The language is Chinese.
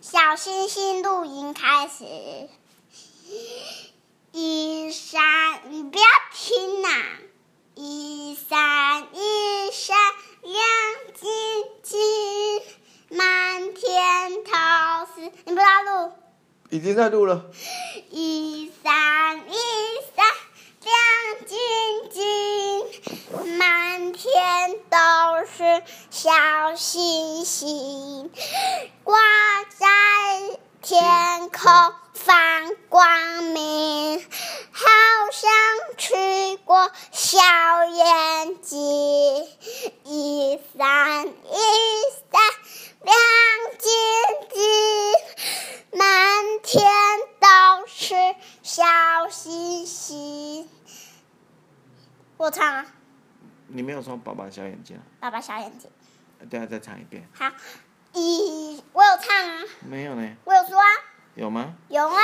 小星星露营开始。一闪，你不要停呐、一闪一闪亮晶晶，满天桃子。你不知道路？已经在录了。一闪一闪亮晶晶，满天都是小星星，挂在天空放光明，好想吃过小眼睛。一闪一闪亮晶晶，满天都是小星星。我唱啊，你没有说爸爸小眼睛啊？爸爸小眼睛。等下再唱一遍。好，一我有唱啊，没有呢？我有说啊，有吗？有啊。